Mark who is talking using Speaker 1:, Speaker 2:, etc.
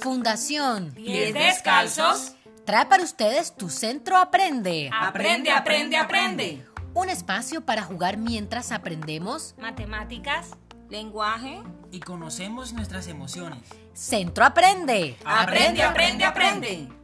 Speaker 1: Fundación
Speaker 2: Pies Descalzos
Speaker 1: trae para ustedes Tu Centro Aprende.
Speaker 2: Aprende, aprende, aprende.
Speaker 1: Un espacio para jugar mientras aprendemos.
Speaker 2: Matemáticas, lenguaje.
Speaker 3: y conocemos nuestras emociones.
Speaker 1: Centro Aprende.
Speaker 2: Aprende, aprende, aprende.